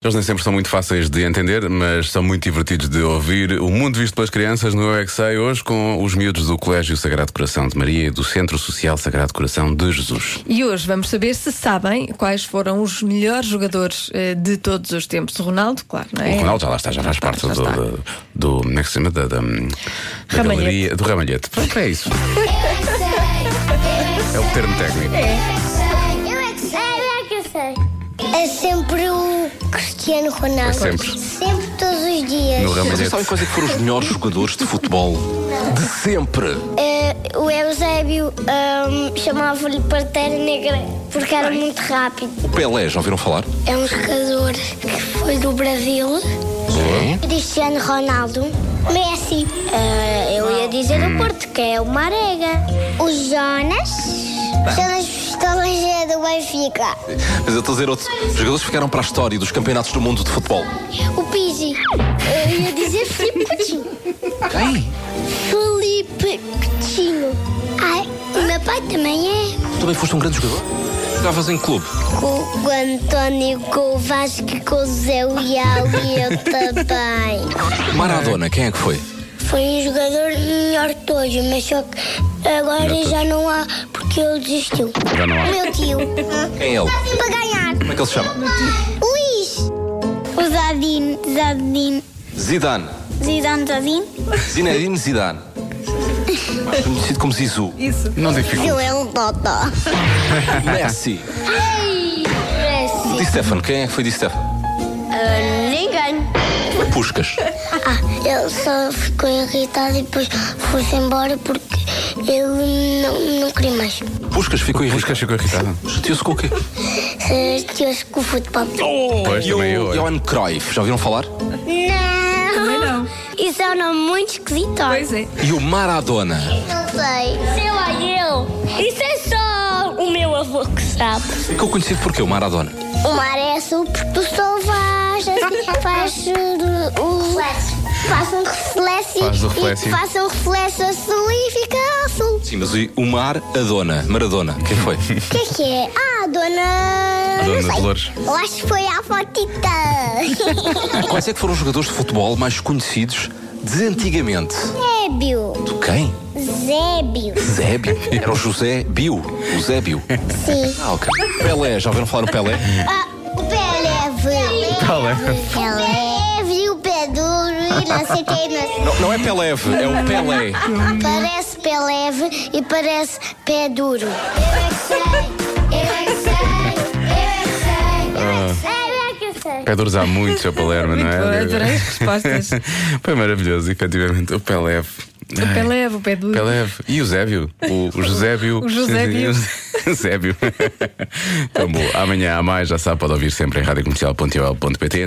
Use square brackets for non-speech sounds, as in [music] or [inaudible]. Eles nem sempre são muito fáceis de entender, mas são muito divertidos de ouvir. O mundo visto pelas crianças no UXA hoje com os miúdos do Colégio Sagrado Coração de Maria e do Centro Social Sagrado Coração de Jesus. E hoje vamos saber se sabem quais foram os melhores jogadores eh, de todos os tempos. Ronaldo, claro, não é? O Ronaldo já lá está, já faz está, parte já do, está. do, do- como é que se chama? Da, da, da Ramalhete. galeria do Ramalhete. Pronto, é isso. É o termo técnico. Eu é que sei, eu é que sei. É sempre o Cristiano Ronaldo. É sempre. Sempre, todos os dias. No Mas vocês Ramalhete. sabem quais é que foram os melhores jogadores de futebol de sempre? Eh, o Eusébio ahm, chamava-lhe Parteira Negra porque era muito rápido. O Pelé, já ouviram falar? É um jogador que foi do Brasil. Sim. Cristiano Ronaldo. Messi. Eh, eu ia dizer Hum. o Porto, que é o Marega. O Jonas. Jonas Pistolas é do Benfica. Mas eu estou a dizer outros jogadores que ficaram para a história dos campeonatos do mundo de futebol. O Pizzi. Eu ia dizer Filipe Coutinho. Quem? Felipe Coutinho. Ai, o meu pai também é. Tu também foste um grande jogador? Jogavas em clube. Com o António, com o Vasco, com o Zé o Ial e eu também. Maradona, quem é que foi? Foi um jogador melhor que todos, mas só que agora Melhor que já não há porque ele desistiu. Já não há. O meu tio. Quem é ele? Para ganhar. Como é que ele se chama? Luís. O Zadine. Zadine. Zidane. Zidane Zadine. Zinedine Zidane. Mais Conhecido como Zizou. Isso. Não dificulta. é um totó. Messi. Di Stefano, quem é que foi Di Stefano? Ninguém. Puscas. Ah, ele só ficou irritado e depois foi-se embora porque ele não, não queria mais. Puscas ficou Os que irritado. ficou irritado. Chateou-se com o quê? Chateou-se com o futebol. Pois, E o também eu, é. olha. Johan Cruyff, já ouviram falar? Não! Também não. Isso é um nome muito esquisito. Pois é. E o Maradona. Não sei. Sei lá, eu. Isso é só o meu avô que sabe. Ficou conhecido por quê, o Maradona? O mar é azul porque tu só vais assim, faz uh, o reflexo. Faz um reflexo. Faz o e- reflexo. E, faz um reflexo azul e fica azul. Sim, mas o Maradona, Maradona, quem [laughs] foi? O que é que é? Ah, dona. Dona não sei. Dolores. Eu acho que foi a fotita. [laughs] Quais é que foram os jogadores de futebol mais conhecidos de antigamente? Zébio. Do quem? Zébio. Zébio. Era o José Bio, o Zébio. Sim. Ah, ok. Pelé, já ouviram falar no Pelé? Ah, o Pelé veio. Tá Pelé. Pelé viu o pé duro e não sei quem. Não sei. Não, não é Pelé, é o Pelé. Parece pé leve e parece pé duro. Eu é que sei, eu é que sei, eu é que Ah. sei, eu é que sei. Pedros há muito, seu Palermo, [laughs] Muito não é? bom, adorei as respostas. [laughs] Foi maravilhoso, efetivamente. O Pelé. O Ai, pé leve, o pé duro. Pelé. E o Zébio? O, o Josébio. O Josébio. [laughs] O Então, Zébio. Tão bom. Amanhã há mais, já sabe, pode ouvir sempre em radiocomercial.ol.pt.